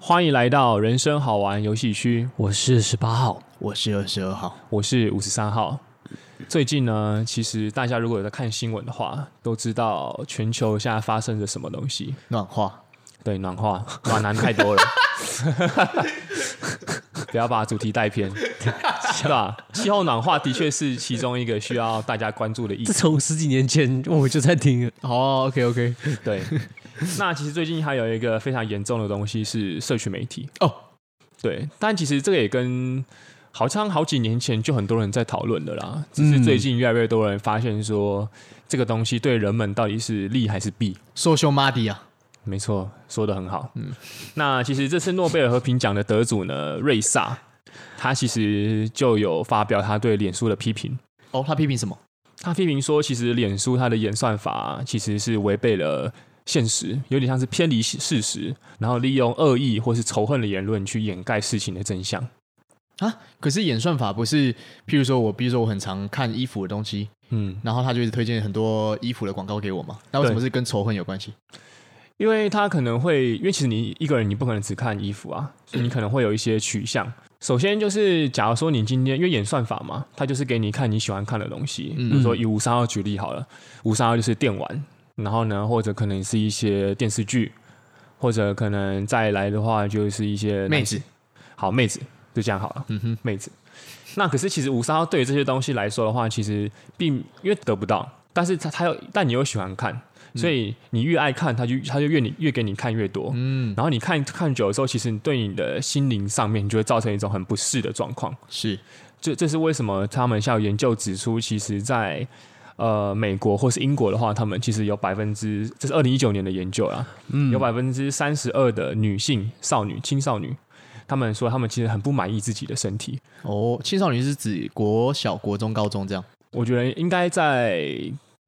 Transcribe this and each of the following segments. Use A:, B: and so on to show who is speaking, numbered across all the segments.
A: 欢迎来到人生好玩游戏区，
B: 我是十八号，
C: 我是二十二号，
A: 我是五十三号。最近呢，其实大家如果有在看新闻的话，都知道全球现在发生着什么东西。
C: 暖化。
A: 对，暖化，暖男太多了， 不要把主题带偏，是吧？气候暖化的确是其中一个需要大家关注的议题。
B: 自 从十几年前我就在听了，
C: 哦，OK OK，
A: 对， 那其实最近还有一个非常严重的东西是社群媒体
C: 哦。
A: 对，但其实这个也跟好像好几年前就很多人在讨论的啦，只是最近越来越多人发现说这个东西对人们到底是利还是弊。
C: social media
A: 没错，说的很好。嗯，那其实这次诺贝尔和平奖的得主呢，瑞萨，他其实就有发表他对脸书的批评。
C: 哦，他批评什么？
A: 他批评说，其实脸书它的演算法其实是违背了现实，有点像是偏离事实，然后利用恶意或是仇恨的言论去掩盖事情的真相。
C: 啊，可是演算法不是，譬如说我，比如说我很常看衣服的东西，
A: 嗯，
C: 然后他就一直推荐很多衣服的广告给我嘛，那为什么
A: 对
C: 是跟仇恨有关系？
A: 因为他可能会，因为其实你一个人你不可能只看衣服啊，所以你可能会有一些取向。首先就是，假如说你今天因为演算法嘛，它就是给你看你喜欢看的东西，
C: 嗯
A: 比如说以五三二举例好了，五三二就是电玩，然后呢，或者可能是一些电视剧，或者可能再来的话就是一些
C: 妹子，
A: 好妹子，就这样好了。嗯哼，妹子。那可是其实五三幺对于这些东西来说的话，其实并因为得不到，但是他他又但你又喜欢看，所以你越爱看，他就他就越你越给你看越多。嗯，然后你看看久了之后，其实你对你的心灵上面，你就会造成一种很不适的状况。
C: 是
A: 这这是为什么他们像有研究指出，其实在，呃美国或是英国的话，他们其实有百分之这是二零一九年的研究啦，嗯，有百分之三十二的女性少女青少女，他们说他们其实很不满意自己的身体。
C: 哦，青少年是指国小、国中、高中这样。
A: 我觉得应该在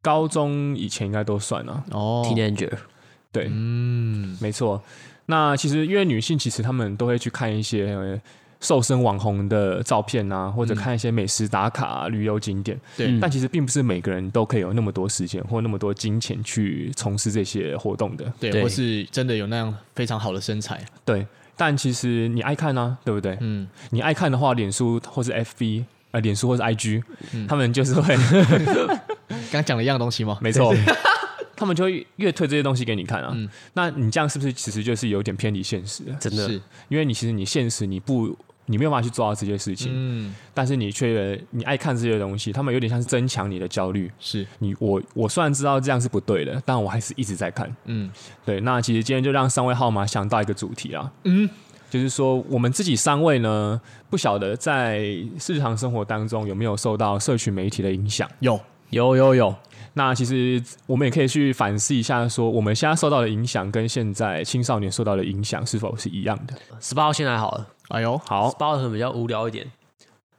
A: 高中以前应该都算啊，
C: 哦，
B: teenager，
A: 对，
C: 嗯，
A: 没错。那其实因为女性其实她们都会去看一些呃瘦身网红的照片啊，或者看一些美食打卡啊、旅游景点。
C: 嗯对嗯
A: 但其实并不是每个人都可以有那么多时间或那么多金钱去从事这些活动的。
C: 对，
B: 对
C: 或是真的有那样非常好的身材，
A: 对，但其实你爱看啊，对不对？
C: 嗯，
A: 你爱看的话，脸书或是 FB。呃，脸书或是 IG，、他
C: 嗯
A: 们就是 会，
C: 刚讲了一样东西吗？
A: 没错，他们就会越推这些东西给你看啊。
C: 嗯
A: 那你这样是不是其实就是有点偏离现实了？
B: 真的
C: 是，
A: 因为你其实你现实你不你没有办法去做到这些事情，
C: 嗯，
A: 但是你却你爱看这些东西，他们有点像是增强你的焦虑。
C: 是，
A: 你我我虽然知道这样是不对的，但我还是一直在看。
C: 嗯，
A: 对，那其实今天就让三位号码想到一个主题啊，嗯，就是说我们自己三位呢，不晓得在日常生活当中有没有受到社群媒体的影响。
C: 有，
B: 有有有，
A: 那其实我们也可以去反思一下，说我们现在受到的影响跟现在青少年受到的影响是否是一样的？
B: 十八号先来好了，
C: 哎呦，
A: 好
B: 十，八号可能比较无聊一点，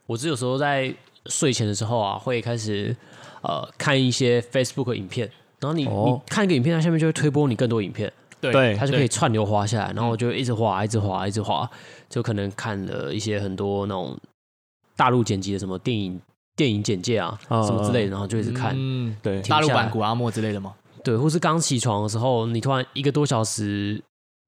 B: 我只有时候在睡前的时候啊，会开始呃看一些 Facebook 影片，然后你、
A: 哦
B: 你看一个影片，它下面就会推播你更多影片，
C: 对
A: 对
B: 它就可以串流滑下来，然后我就一直滑，一直滑，一直滑，就可能看了一些很多那种大陆剪辑的什么电影电影简介啊、
A: 嗯
B: 什么之类的，然后就一直看，
C: 嗯，
A: 对
B: 停
C: 大陆
B: 下来
C: 版古阿莫之类的吗？
B: 对，或是刚起床的时候，你突然一个多小时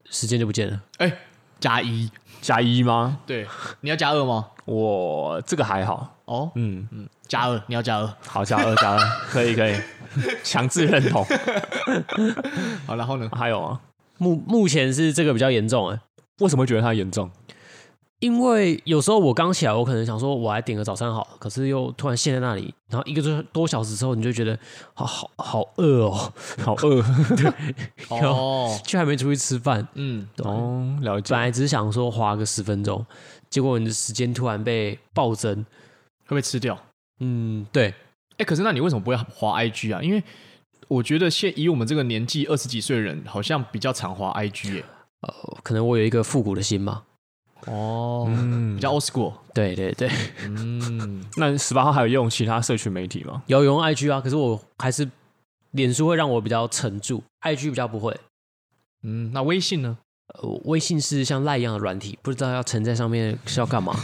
B: 时间就不见了，
C: 哎，加一，
A: 加一吗？
C: 对，你要加二吗？
A: 我这个还好，
C: 哦，
A: 嗯，
C: 加二，你要加二。
A: 好加二加二，可以可以， 强制认同。
C: 好，然后呢？
A: 还有啊，
B: 目目前是这个比较严重哎、
A: 为什么会觉得它严重？
B: 因为有时候我刚起来，我可能想说我来点个早餐好了，可是又突然陷在那里，然后一个多多小时之后，你就觉得好好好饿 哦，
A: 好饿
C: 哦，
B: 却还没出去吃饭。
C: 嗯，
A: 哦，了解
B: 本。来只是想说花个十分钟，结果你的时间突然被暴增。
C: 会被吃掉。
B: 嗯，对，
C: 哎，可是那你为什么不会滑 IG 啊？因为我觉得现以我们这个年纪二十几岁的人，好像比较常滑 IG 耶。
B: 呃，可能我有一个复古的心吧。
C: 哦，
A: 嗯
C: 比，较 old school。
B: 对对对，
C: 嗯，
A: 那十八号还有用其他社群媒体吗？
B: 有用 IG 啊，可是我还是脸书会让我比较沉住，IG 比较不会。
C: 嗯，那微信呢？
B: 呃，微信是像赖一样的软体，不知道要沉在上面是要 干嘛。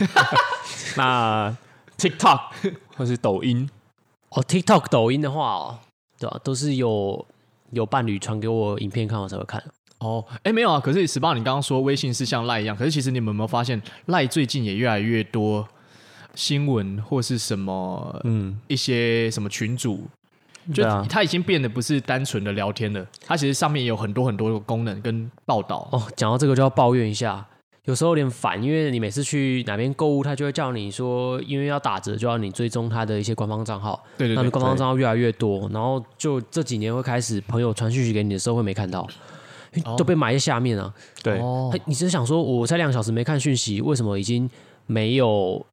A: 那 TikTok 或是抖音？
B: 哦，TikTok、抖音的话、哦，对吧、都是有有伴侣传给我影片看，我才会看。
C: 哦，哎，没有啊。可是十八，你刚刚说微信是像赖一样，可是其实你们有没有发现，赖最近也越来越多新闻或是什么
A: 嗯，
C: 一些什么群组，就
A: 对啊
C: 它已经变得不是单纯的聊天了，它其实上面也有很多很多的功能跟报道。
B: 哦，讲到这个就要抱怨一下，有时候有点烦，因为你每次去哪边购物，他就会叫你说，因为要打折，就要你追踪他的一些官方账号。
C: 对对
B: 那
C: 对，
B: 你官方账号越来越多，然后就这几年会开始，朋友传讯息给你的时候会没看到，因
A: 哦
B: 为都被埋在下面啊。
A: 对，
C: 哦
B: 哎，你只是想说，我才两小时没看讯息，为什么已经没有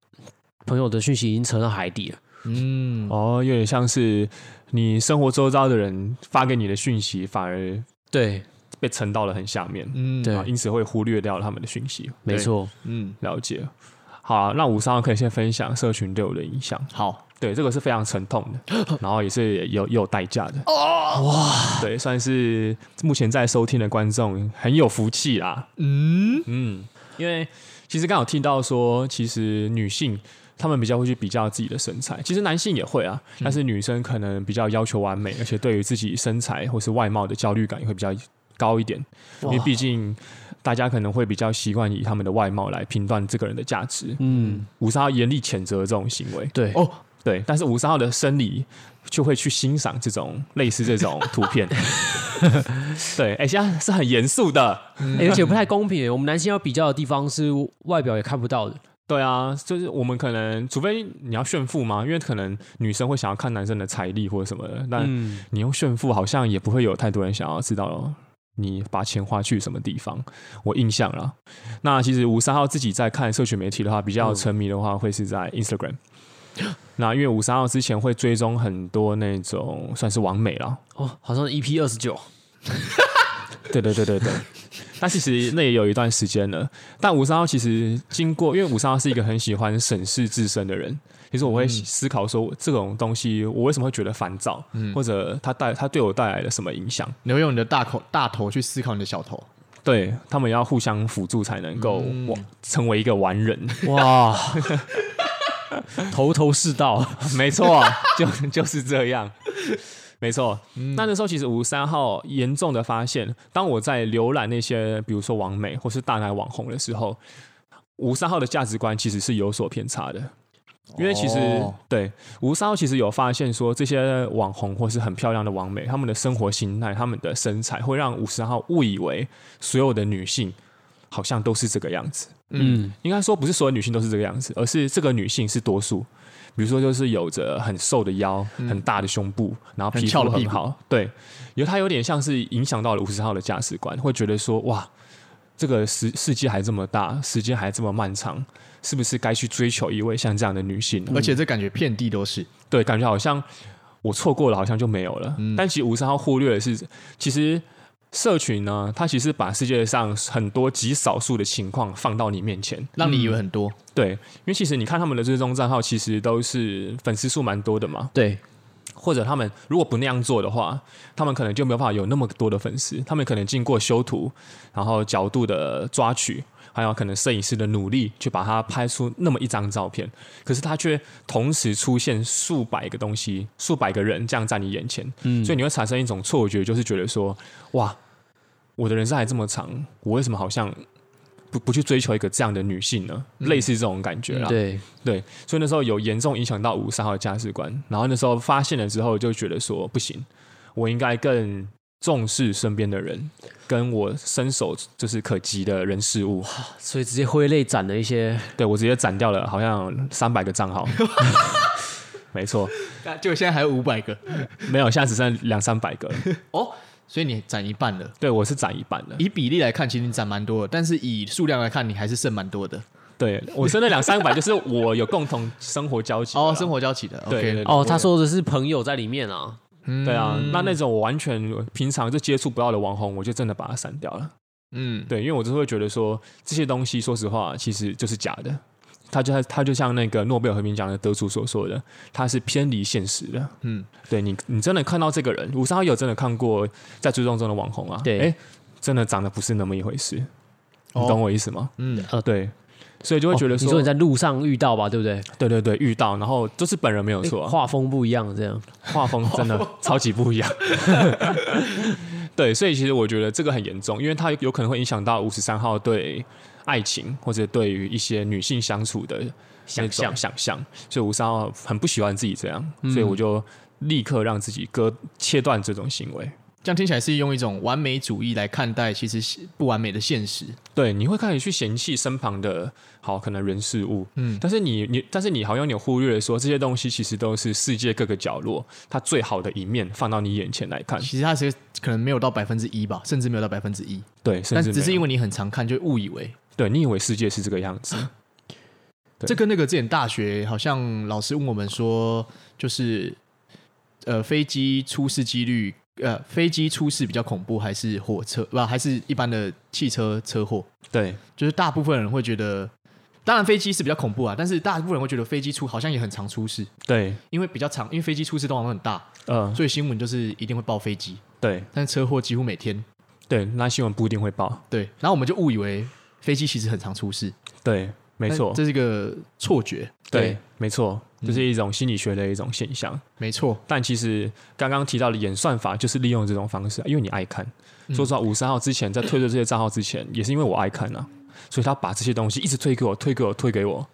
B: 朋友的讯息已经沉到海底了？
C: 嗯，
A: 哦，有点像是你生活周遭的人发给你的讯息，反而
B: 对，
A: 被沉到了很下面，
C: 嗯，
B: 对
A: 啊因此会忽略掉他们的讯息。
B: 没错，
C: 嗯，
A: 了解。好、啊，那五三可以先分享社群对我的影响。
C: 好，
A: 对，这个是非常沉痛 的，然后也是有有代价的。哦，哇，对，算是目前在收听的观众很有福气啦。
C: 嗯，
A: 嗯，因为其实刚好听到说，其实女性她们比较会去比较自己的身材，其实男性也会啊，但是女生可能比较要求完美，而且对于自己身材或是外貌的焦虑感也会比较高一点，因为毕竟大家可能会比较习惯以他们的外貌来评断这个人的价值。
B: 嗯，
A: 五十号严厉谴责这种行为，
B: 对，
C: 哦，
A: 对，但是五十号的生理就会去欣赏这种类似这种图片。对，哎、现在是很严肃的。
B: 哎而且不太公平耶。我们男性要比较的地方是外表也看不到的，
A: 对啊，就是我们可能，除非你要炫富嘛，因为可能女生会想要看男生的财力或者什么的，但你用炫富好像也不会有太多人想要知道你把钱花去什么地方。我印象啦，那其实吴三号自己在看社群媒体的话，比较沉迷的话会是在 Instagram。那因为吴三号之前会追踪很多那种算是完美啦，
B: 哦，好像 EP 二十九，
A: 对对对对对。但其实那也有一段时间了。但五三幺其实经过，因为五三幺是一个很喜欢审视自身的人，其实我会思考说，这种东西我为什么会觉得烦躁，或者它带它对我带来了什么影响？
C: 你会用你的大口大头去思考你的小头，
A: 对他们要互相辅助才能够哇成为一个完人。
B: 哇，头头是道，
A: 没错，就就是这样。没错，那那时候其实五十三号严重的发现，当我在浏览那些比如说网美或是大奶网红的时候，五十三号的价值观其实是有所偏差的。因为其实、
C: 哦
A: 对吴三号其实有发现说，这些网红或是很漂亮的网美，她们的生活形态、她们的身材，会让五十三号误以为所有的女性好像都是这个样子。
B: 嗯，
A: 应该说不是所有女性都是这个样子，而是这个女性是多数。比如说，就是有着很瘦的腰、很大的胸部，然后皮肤
C: 嗯很翘的屁
A: 很
C: 股
A: 好，对，有她有点像是影响到了五十号的价值观，会觉得说哇，这个世世界还这么大，时间还这么漫长，是不是该去追求一位像这样的女性呢？
C: 而且这感觉遍地都是，
A: 对，感觉好像我错过了，好像就没有了。但其实五三号忽略的是，其实社群呢，它其实把世界上很多极少数的情况放到你面前。
C: 让你以为很多，
A: 对，因为其实你看他们的追踪账号，其实都是粉丝数蛮多的嘛。
B: 对，
A: 或者他们如果不那样做的话，他们可能就没有办法有那么多的粉丝。他们可能经过修图，然后角度的抓取，还有可能摄影师的努力，去把它拍出那么一张照片。可是它却同时出现数百个东西、数百个人这样在你眼前，所以你会产生一种错觉，就是觉得说，哇，我的人生还这么长，我为什么好像不不去追求一个这样的女性呢？类似这种感觉啊啦。
B: 对，
A: 对，所以那时候有严重影响到五三号的价值观。然后那时候发现了之后，就觉得说不行，我应该更重视身边的人，跟我伸手就是可及的人事物。
B: 所以直接挥泪斩了一些，
A: 对我直接斩掉了，好像三百个账 号。没错，
C: 那就现在还有五百个，
A: 没有，现在只剩两三百个了。
C: 哦，所以你占一半了。
A: 对我是斩一半了。
C: 以比例来看，其实你占蛮多的，但是以数量来看，你还是剩蛮多的。
A: 对我剩的两三百，就是我有共同生活交集的啦。
C: 哦，生活交集的
A: 啊对对
C: ，OK，嗯
A: 对
B: 哦，他说的是朋友在里面啊，
A: 对啊，那那种我完全平常就接触不到的网红，我就真的把它删掉了。
C: 嗯，
A: 对，因为我就会觉得说这些东西，说实话，其实就是假的。它就它就像那个诺贝尔和平奖的得主所说的，它是偏离现实的。
C: 嗯，
A: 对你，你真的看到这个人，五三有真的看过在追踪中的网红啊？
B: 对
A: 哎，真的长得不是那么一回事，你
C: 哦
A: 懂我意思吗？
C: 嗯，
A: 对，所以就会觉得
B: 呃哦
A: 说，
B: 你说你在路上遇到吧，对不对？
A: 对对对，遇到，然后就是本人没有错啊，
B: 画风不一样，这样
A: 画风真的超级不一样。 对，所以其实我觉得这个很严重，因为它有可能会影响到五十三号对爱情或者对于一些女性相处的
B: 想
A: 那种
B: 象
A: 想象，所以五十三号很不喜欢自己这样，
C: 嗯
A: 所以我就立刻让自己割切断这种行为。
C: 这样听起来是用一种完美主义来看待其实是不完美的现实。
A: 对，你会开始去嫌弃身旁的好可能人事物，
C: 嗯
A: 嗯，但是你你但是你好像你忽略了说这些东西其实都是世界各个角落它最好的一面放到你眼前来看，
C: 其实它其实可能没有到百分之一吧，甚至没有到百分之一，
A: 对，甚
C: 但
A: 至
C: 只是因
A: 为
C: 为你很常看，就误以为
A: 对你以为世界是这个样子，对
C: 这跟那个之前大学好像老师问我们说，就是呃飞机出事几率，呃飞机出事比较恐怖，还是火车不、还是一般的汽车车祸？
A: 对
C: 就是大部分人会觉得，当然飞机是比较恐怖啊，但是大部分人会觉得飞机出好像也很常出事，
A: 对，
C: 因为比较常，因为飞机出事通常都很大，
A: 呃，
C: 所以新闻就是一定会报飞机，
A: 对
C: 但是车祸几乎每天。
A: 对，那新闻不一定会报，
C: 对，然后我们就误以为飞机其实很常出事，
A: 对，没
C: 但
A: 错，
C: 这是一个错觉。
A: 对，没错，这、是一种心理学的一种现象。
C: 没错，
A: 但其实刚刚提到的演算法就是利用这种方式，啊因为你爱看。说实话，五三号之前在推出这些账号之前，也是因为我爱看啊，所以他把这些东西一直推给我，推给我，推给我。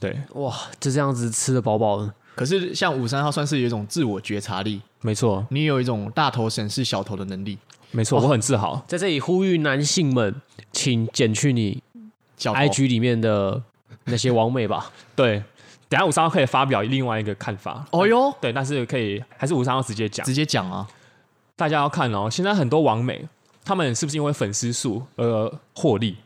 A: 对，
B: 哇，就这样子吃的饱饱的，
C: 可是像五三号算是有一种自我觉察力，
A: 没错，
C: 你有一种大头审视小头的能力。
A: 没错，我很自豪。
B: 在这里呼吁男性们，请减去你
C: 小头
B: IG 里面的那些完美吧。
A: 对，等一下五三号可以发表另外一个看法。
C: 哦哟，
A: 对，但是可以还是五三号直接讲
C: 直，接讲啊，
A: 大家要看哦。现在很多网美，他们是不是因为粉丝数而获利？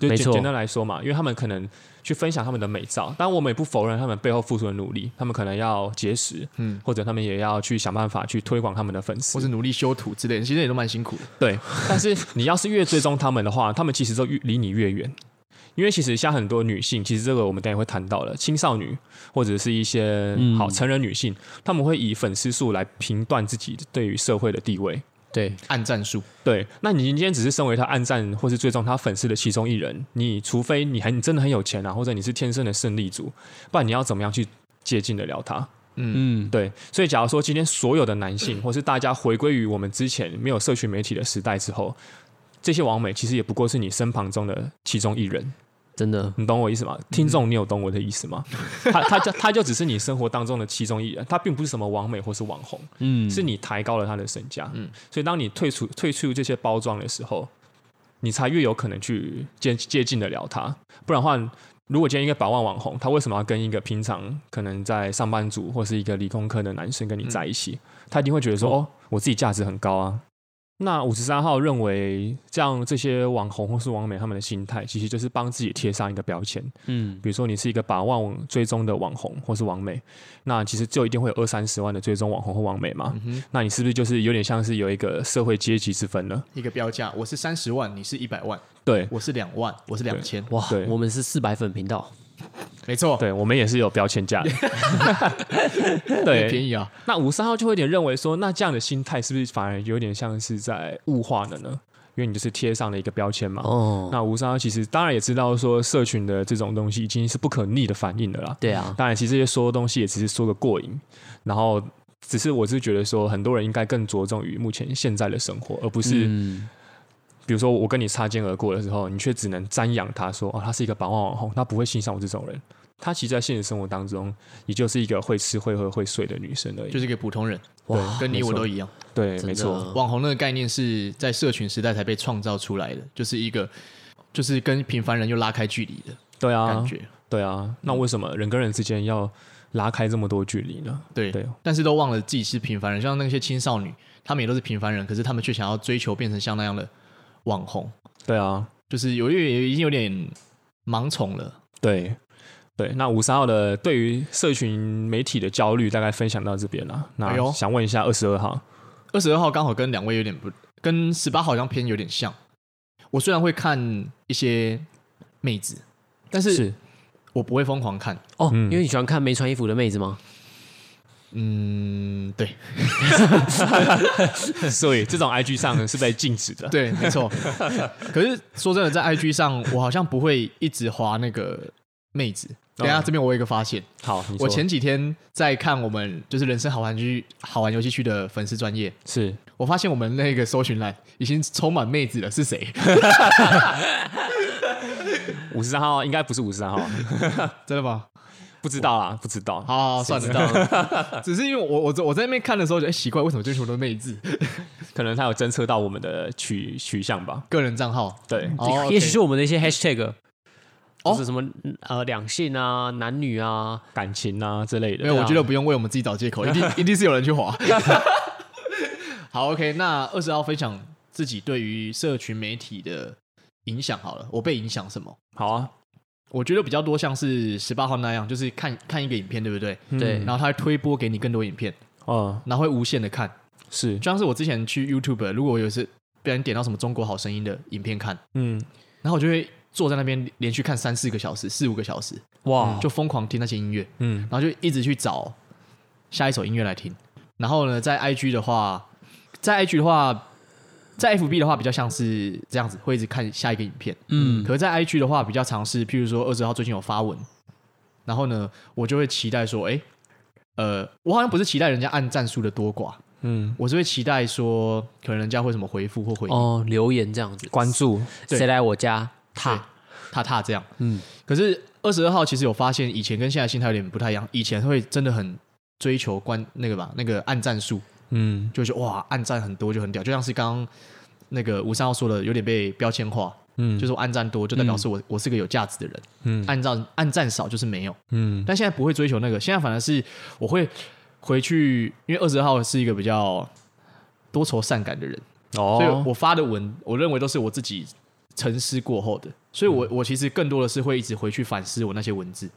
A: 就
B: 没
A: 简
B: 错
A: 简单来说嘛，因为他们可能去分享他们的美照，但我们也不否认他们背后付出的努力，他们可能要节食，
C: 嗯
A: 嗯，或者他们也要去想办法去推广他们的粉丝
C: 或，是努力修图之类的，其实也都蛮辛苦的。
A: 对。但是你要是越追踪他们的话，他们其实都越离你越远，因为其实像很多女性，其实这个我们等一下会谈到了，青少女或者是一些好成人女性，他们会以粉丝数来评断自己对于社会的地位，
B: 对，
C: 按战术，
A: 对，那你今天只是身为他暗赞或是追踪他粉丝的其中一人，你除非你很你真的很有钱啊，或者你是天生的胜利组，不然你要怎么样去接近得了他？
B: 嗯，
A: 对，所以假如说今天所有的男性，或是大家回归于我们之前没有社群媒体的时代之后，这些网美其实也不过是你身旁中的其中一人，
B: 真的，
A: 你懂我意思吗？听众，你有懂我的意思吗？他他就他就只是你生活当中的其中一人，他并不是什么网美或是网红。
B: 嗯，
A: 是你抬高了他的身价。所以当你退出退出这些包装的时候，你才越有可能去接接近得了他。不然的话，如果今天一个百万网红，他为什么要跟一个平常可能在上班族或是一个理工科的男生跟你在一起？他一定会觉得说，哦，我自己价值很高啊。那五十三号认为，这样这些网红或是网美他们的心态，其实就是帮自己贴上一个标签。
B: 嗯，
A: 比如说你是一个百万网追踪的网红或是网美，那其实就一定会有二三十万的追踪网红或网美嘛。
C: 嗯哼，
A: 那你是不是就是有点像是有一个社会阶级之分了？
C: 一个标价，我是三十万，你是一百万，
A: 对，
C: 我是两万，我是两千，
B: 哇
A: 对，
B: 我们是四百粉频道，
C: 没错，
A: 对我们也是有标签 价的。
C: 也便
A: 对，
C: 宜啊，
A: 那五三号就会有点认为说，那这样的心态是不是反而有点像是在物化了呢？因为你就是贴上了一个标签嘛。
B: 哦，
A: 那五三号其实当然也知道说，社群的这种东西已经是不可逆的反应了啦。
B: 对啊，
A: 当然，其实这些说东西也只是说个过瘾，然后只是我是觉得说，很多人应该更着重于目前现在的生活，而不是、
B: 嗯，
A: 比如说我跟你擦肩而过的时候，你却只能瞻仰他说哦，他是一个百万网红，他不会欣赏我这种人。他其实，在现实生活当中，也就是一个会吃、会喝、会睡的女生而已。
C: 就是一个普通人，
A: 对，
C: 跟你
A: 啊没
C: 我
A: 错嗯
C: 都一样。
A: 对，
B: 真的
A: 没错，
C: 网红那个概念是在社群时代才被创造出来的，就是一个就是跟平凡人又拉开距离的
A: 对
C: 感
A: 啊，
C: 觉。
A: 对啊。那为什么人跟人之间要拉开这么多距离呢？
C: 对，
A: 对
C: 但是都忘了自己是平凡人，像那些青少女，他们也都是平凡人，可是他们却想要追求变成像那样的网红，
A: 对啊，
C: 就是有点已经有点盲从了。
A: 对对，那五三号的对于社群媒体的焦虑大概分享到这边了。
C: 哎
A: 那
C: 呦
A: 想问一下二十二 号，
C: 二十二号刚好跟两位有点不，跟十八好像偏有点像。我虽然会看一些妹子，但是我不会疯狂看。
B: 哦，
A: 嗯
B: 因为你喜欢看没穿衣服的妹子吗？
C: 嗯，对
A: 所以这种 IG 上是被禁止的。
C: 对，没错。可是说真的，在 IG 上，我好像不会一直滑那个妹子。等一下这边我有一个发现，
A: 好，你说
C: 我前几天在看我们就是人生好玩区好玩游戏区的粉丝专业，
A: 是
C: 我发现我们那个搜寻栏已经充满妹子了，是 谁？
A: 五十三号，应该不是五十三号，
C: 真的吗？
A: 不知道啦，不知道。
C: 好好算了， 只是因为我我我在那边看的时候觉得、哎奇怪，为什么这全部都是妹子？
A: 可能他有侦测到我们的取取向吧。
C: 个人账号
A: 对，
C: 哦
B: 也许
C: OK
B: 是我们的一些 hashtag，
C: 哦
B: 就是什么呃两性啊、男女啊，
A: 感情啊之类的。
C: 没有，我
A: 对啊
C: 觉得不用为我们自己找借口，一 定一定是有人去划。好，OK，那二十号分享自己对于社群媒体的影响好了，我被影响什么？
A: 好啊，
C: 我觉得比较多像是十八号那样，就是看看一个影片，对不对？
B: 对
C: 嗯然后他会推播给你更多影片，
A: 嗯，
C: 然后会无限的看。
A: 是
C: 就，像是我之前去 YouTube，如果我有一次不小心点到什么《中国好声音》的影片看，
A: 嗯，
C: 然后我就会坐在那边连续看三四个小时、四五个小时，
A: 哦
B: 哇，
C: 嗯就疯狂听那些音乐，
A: 嗯
C: 嗯，然后就一直去找下一首音乐来听。然后呢，在 IG 的话，在 IG 的话，在 FB 的话比较像是这样子，会一直看下一个影片，嗯。可是在 IG 的话，比较尝试，譬如说二十号最近有发文，然后呢，我就会期待说，哎，呃，我好像不是期待人家按赞数的多寡，
A: 嗯，
C: 我是会期待说，可能人家会什么回复或回应，
B: 哦，留言这样子，
A: 关注，
B: 谁来我家踏
C: 踏踏这样。嗯，可是二十二号其实有发现，以前跟现在心态有点不太一样。以前会真的很追求关那个吧，那个按赞数，
A: 嗯，
C: 就是哇，按赞很多就很屌，就像是刚刚那个吴三号说的，有点被标签化。
A: 嗯
C: 嗯，就是我按赞多就代表是我、我是个有价值的人，
A: 嗯
C: 嗯，按赞按赞少就是没有，
A: 嗯，
C: 但现在不会追求那个，现在反而是我会回去，因为二十号是一个比较多愁善感的人，所以
A: 哦，
C: 我发的文，我认为都是我自己沉思过后的，所以我、我其实更多的是会一直回去反思我那些文字，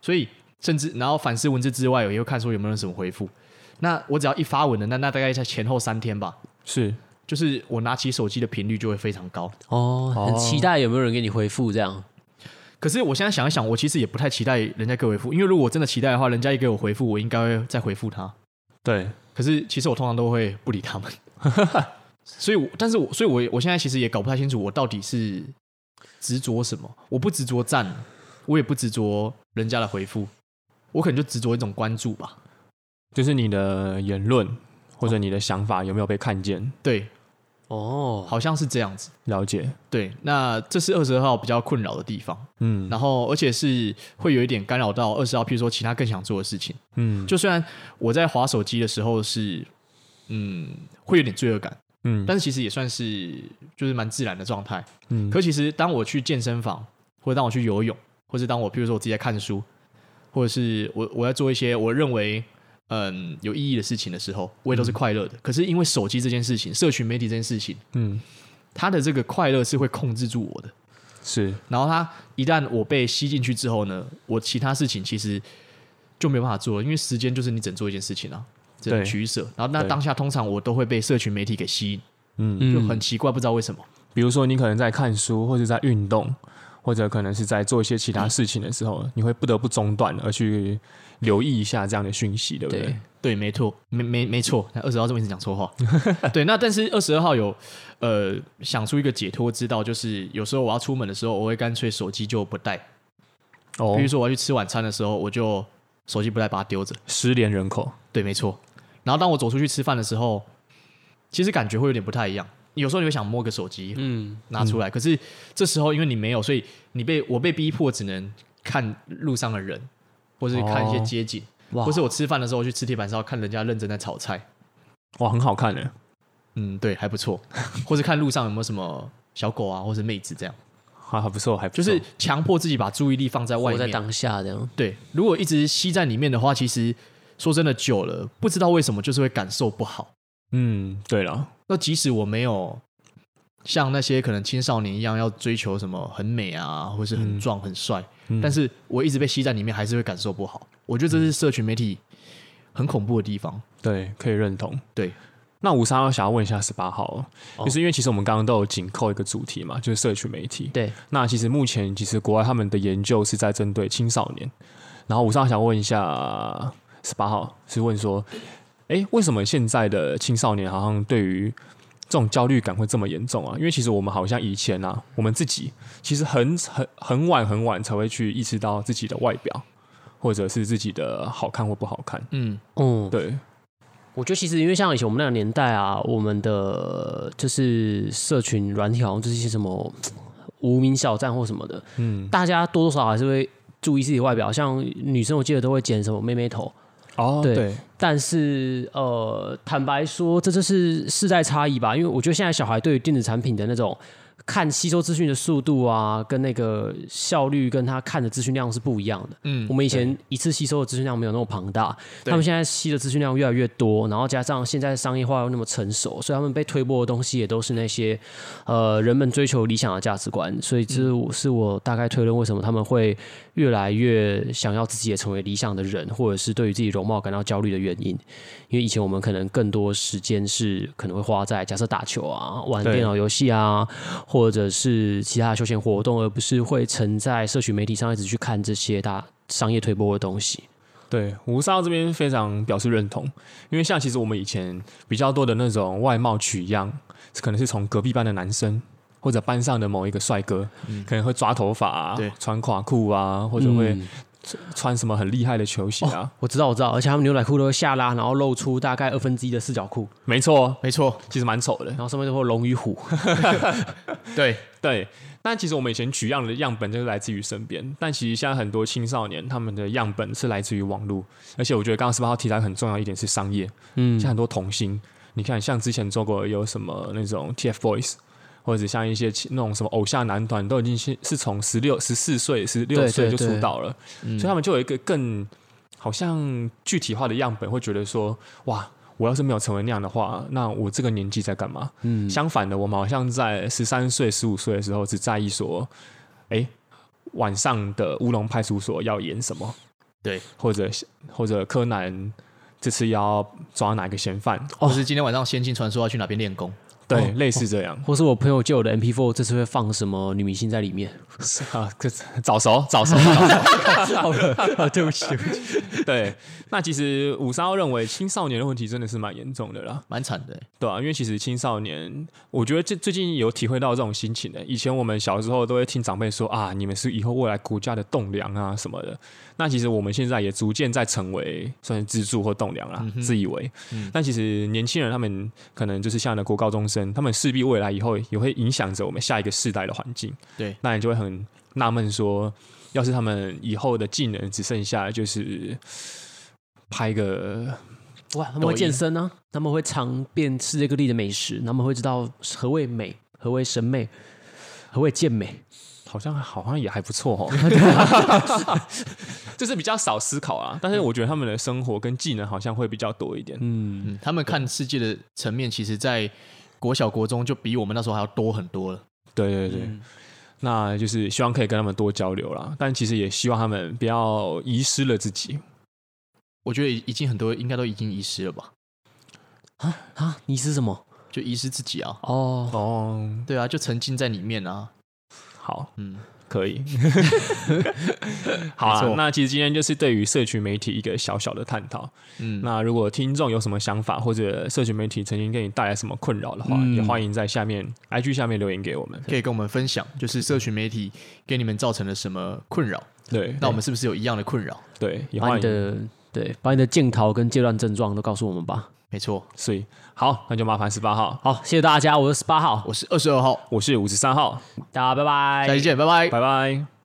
C: 所以甚至然后反思文字之外，我也会看说有没有人什么回复。那我只要一发文的，那那大概在前后三天吧，
A: 是，
C: 就是我拿起手机的频率就会非常高。
B: 哦，很期待有没有人给你回复这样。
C: 可是我现在想一想，我其实也不太期待人家给我回复，因为如果我真的期待的话，人家一给我回复，我应该会再回复他。
A: 对，
C: 可是其实我通常都会不理他们， 所以我，但是我，所以我，我现在其实也搞不太清楚，我到底是执着什么？我不执着赞，我也不执着人家的回复，我可能就执着一种关注吧。
A: 就是你的言论或者你的想法有没有被看见、
C: 对，
B: 哦，
C: 好像是这样子。
A: 了解？
C: 对，那这是二十号比较困扰的地方，
A: 嗯
C: 然后而且是会有一点干扰到二十号，譬如说其他更想做的事情。
A: 嗯
C: 就虽然我在划手机的时候是，嗯，会有点罪恶感，
A: 嗯
C: 但是其实也算是就是蛮自然的状态。
A: 嗯
C: 可其实当我去健身房，或者当我去游泳，或者当我譬如说我自己在看书，或者是我我在做一些我认为嗯有意义的事情的时候，我也都是快乐的。可是因为手机这件事情，社群媒体这件事情，
A: 嗯，
C: 它的这个快乐是会控制住我的。
A: 是，
C: 然后它一旦我被吸进去之后呢，我其他事情其实就没办法做了，因为时间就是你只能做一件事情啊，只能
A: 对
C: 取舍。然后那
A: 对
C: 当下通常我都会被社群媒体给吸引，
A: 嗯，
C: 就很奇怪，不知道为什么。
A: 比如说你可能在看书或者在运动。或者可能是在做一些其他事情的时
C: 嗯
A: 候，你会不得不中断而去留意一下这样的讯息，对不对
B: 对？
C: 对，没错，没没没错。那二十号这么一直讲 错话，对。那但是二十二号有呃想出一个解脱之道，就是有时候我要出门的时候，我会干脆手机就不带。
A: 哦
C: 比如，说我要去吃晚餐的时候，我就手机不带，把它丢着。
A: 失联人口，
C: 对，没错。然后当我走出去吃饭的时候，其实感觉会有点不太一样。有时候你会想摸个手机
B: 嗯，
C: 拿出来，可是这时候因为你没有，所以你被我被逼迫只能看路上的人，或是看一些
A: 哦
C: 街景，
B: 哇
C: 或，是我吃饭的时候去吃铁板烧，看人家认真在炒菜。
A: 哇，很好看的，
C: 嗯，对，还不错。或是看路上有没有什么小狗啊，或是妹子这样，
A: 还还不错，还不
C: 就
A: 错
C: 是强迫自己把注意力放在外
B: 哦活在
C: 面。
B: 当下这样。
C: 对，如果一直吸在里面的话，其实说真的，久了不知道为什么就是会感受不好。
A: 嗯，对了，
C: 那即使我没有像那些可能青少年一样要追求什么很美啊，或是很壮、很帅，
A: 嗯
C: 但是我一直被吸在里面，还是会感受不好。我觉得这是社群媒体很恐怖的地方。
A: 对，可以认同。
C: 对，
A: 那五三二想要问一下十八号哦，
B: 哦
A: 就是因为其实我们刚刚都有紧扣一个主题嘛，就是社群媒体。
B: 对，
A: 那其实目前其实国外他们的研究是在针对青少年，然后五三二想问一下十八号，是问说，哎，为什么现在的青少年好像对于这种焦虑感会这么严重啊？因为其实我们好像以前啊，我们自己其实很很很晚很晚才会去意识到自己的外表，或者是自己的好看或不好看。
C: 嗯，
B: 嗯，
A: 对，
B: 我觉得其实因为像以前我们那个年代啊，我们的就是社群软体好像就是一些什么无名小站或什么的，
A: 嗯，
B: 大家多多少少还是会注意自己的外表。像女生，我记得都会剪什么妹妹头，
A: 哦，
B: 对但是呃，坦白说，这就是世代差异吧。因为我觉得现在小孩对于电子产品的那种看吸收资讯的速度啊，跟那个效率，跟他看的资讯量是不一样的。
C: 嗯
B: 我们以前一次吸收的资讯量没有那么庞大，
C: 对
B: 他们现在吸的资讯量越来越多，然后加上现在商业化又那么成熟，所以他们被推播的东西也都是那些呃人们追求理想的价值观，所以这是我是我大概推论为什么他们会越来越想要自己也成为理想的人，或者是对于自己容貌感到焦虑的原因。因为以前我们可能更多时间是可能会花在假设打球啊、玩
A: 对
B: 电脑游戏啊，或者是其他的休闲活动，而不是会沉在社群媒体上一直去看这些大商业推播的东西。
A: 对，吴少这边非常表示认同，因为像其实我们以前比较多的那种外貌取样，可能是从隔壁班的男生或者班上的某一个帅哥，可能会抓头发、啊
C: 对、
A: 穿垮裤啊，或者会穿什么很厉害的球鞋啊。
B: 我知道，我知道，而且他们牛仔裤都会下拉，然后露出大概二分之一的四角裤，
A: 没错，哦
C: 没错，
A: 其实蛮丑的
B: 然。后上面都会有龙与虎。
C: 对，
A: 对，但其实我们以前取样的样本就是来自于身边，但其实现在很多青少年他们的样本是来自于网络，而且我觉得刚刚十八号提到很重要一点是商业，
B: 嗯
A: 像很多童星，你看像之前中国有什么那种 TFBOYS，或者像一些其那种什么偶像男团，都已经是是从十六、十四岁、十六
B: 对
A: 岁就
B: 对嗯
A: 出
B: 对
A: 道了，所以他们就有一个更好像具体化的样本，会觉得说，哇。我要是没有成为那样的话，那我这个年纪在干嘛？
B: 嗯，
A: 相反的，我们好像在十三岁、十五岁的时候，只在意说，哎、晚上的乌龙派出所要演什么？
C: 对，
A: 或者或者柯南这次要抓哪个嫌犯？
C: 或是今天晚上《仙境传说》要去哪边练功？
A: 对，类似这样、
B: 或是我朋友借我的 MP4，这次会放什么女明星在里面？
A: 是啊，可早熟，早熟，早熟。
B: 好了， 啊对不起，对不起。
A: 对，那其实五三幺认为青少年的问题真的是蛮严重的啦。
C: 蛮惨的欸、
A: 对啊，因为其实青少年，我觉得这最近有体会到这种心情的。以前我们小时候都会听长辈说啊，你们是以后未来国家的栋梁啊什么的。那其实我们现在也逐渐在成为算是支柱或栋梁啦，自以为。但其实年轻人他们可能就是像的国高中生，他们势必未来以后也会影响着我们下一个世代的环境。
C: 对，
A: 那你就会很纳闷说，要是他们以后的技能只剩下就是拍个
B: 哇，他们会健身呢、他们会尝遍世界各地的美食，他们会知道何谓美，何谓审美，何谓健美。
A: 好像好像也还不错哦，哦 就是比较少思考啊。但是我觉得他们的生活跟技能好像会比较多一点。
B: 嗯，
C: 嗯，他们看世界的层面，其实，在国小国中就比我们那时候还要多很多了。
A: 对对对，
C: 嗯
A: 那就是希望可以跟他们多交流啦，但其实也希望他们不要遗失了自己。
C: 我觉得已已经很多应该都已经遗失了吧，
B: 啊啊，你是什么？
C: 就遗失自己啊。
B: 哦，
A: 哦，
C: 对啊，就沉浸在里面啊。
A: 好，
C: 嗯，
A: 可 以，好
C: 没
A: 啊
C: 错。
A: 那其实今天就是对于社群媒体一个小小的探讨。
C: 嗯
A: 那如果听众有什么想法，或者社群媒体曾经给你带来什么困扰的话，
B: 嗯
A: 也欢迎在下面 IG 下面留言给我们。
C: 可以跟我们分享，就是社群媒体给你们造成了什么困扰？
A: 对，
C: 那我们是不是有一样的困扰？
A: 对也
B: 把
A: 欢
B: 你
A: 迎
B: 的对，把你的镜头跟戒断症状都告诉我们吧。
C: 没错，
A: 所以好，那就麻烦十八号，
B: 好，谢谢大家，我是十八号，
C: 我是二十二号，
A: 我是五十三号，
B: 大家拜拜，
C: 下期见，拜拜。
A: 拜拜。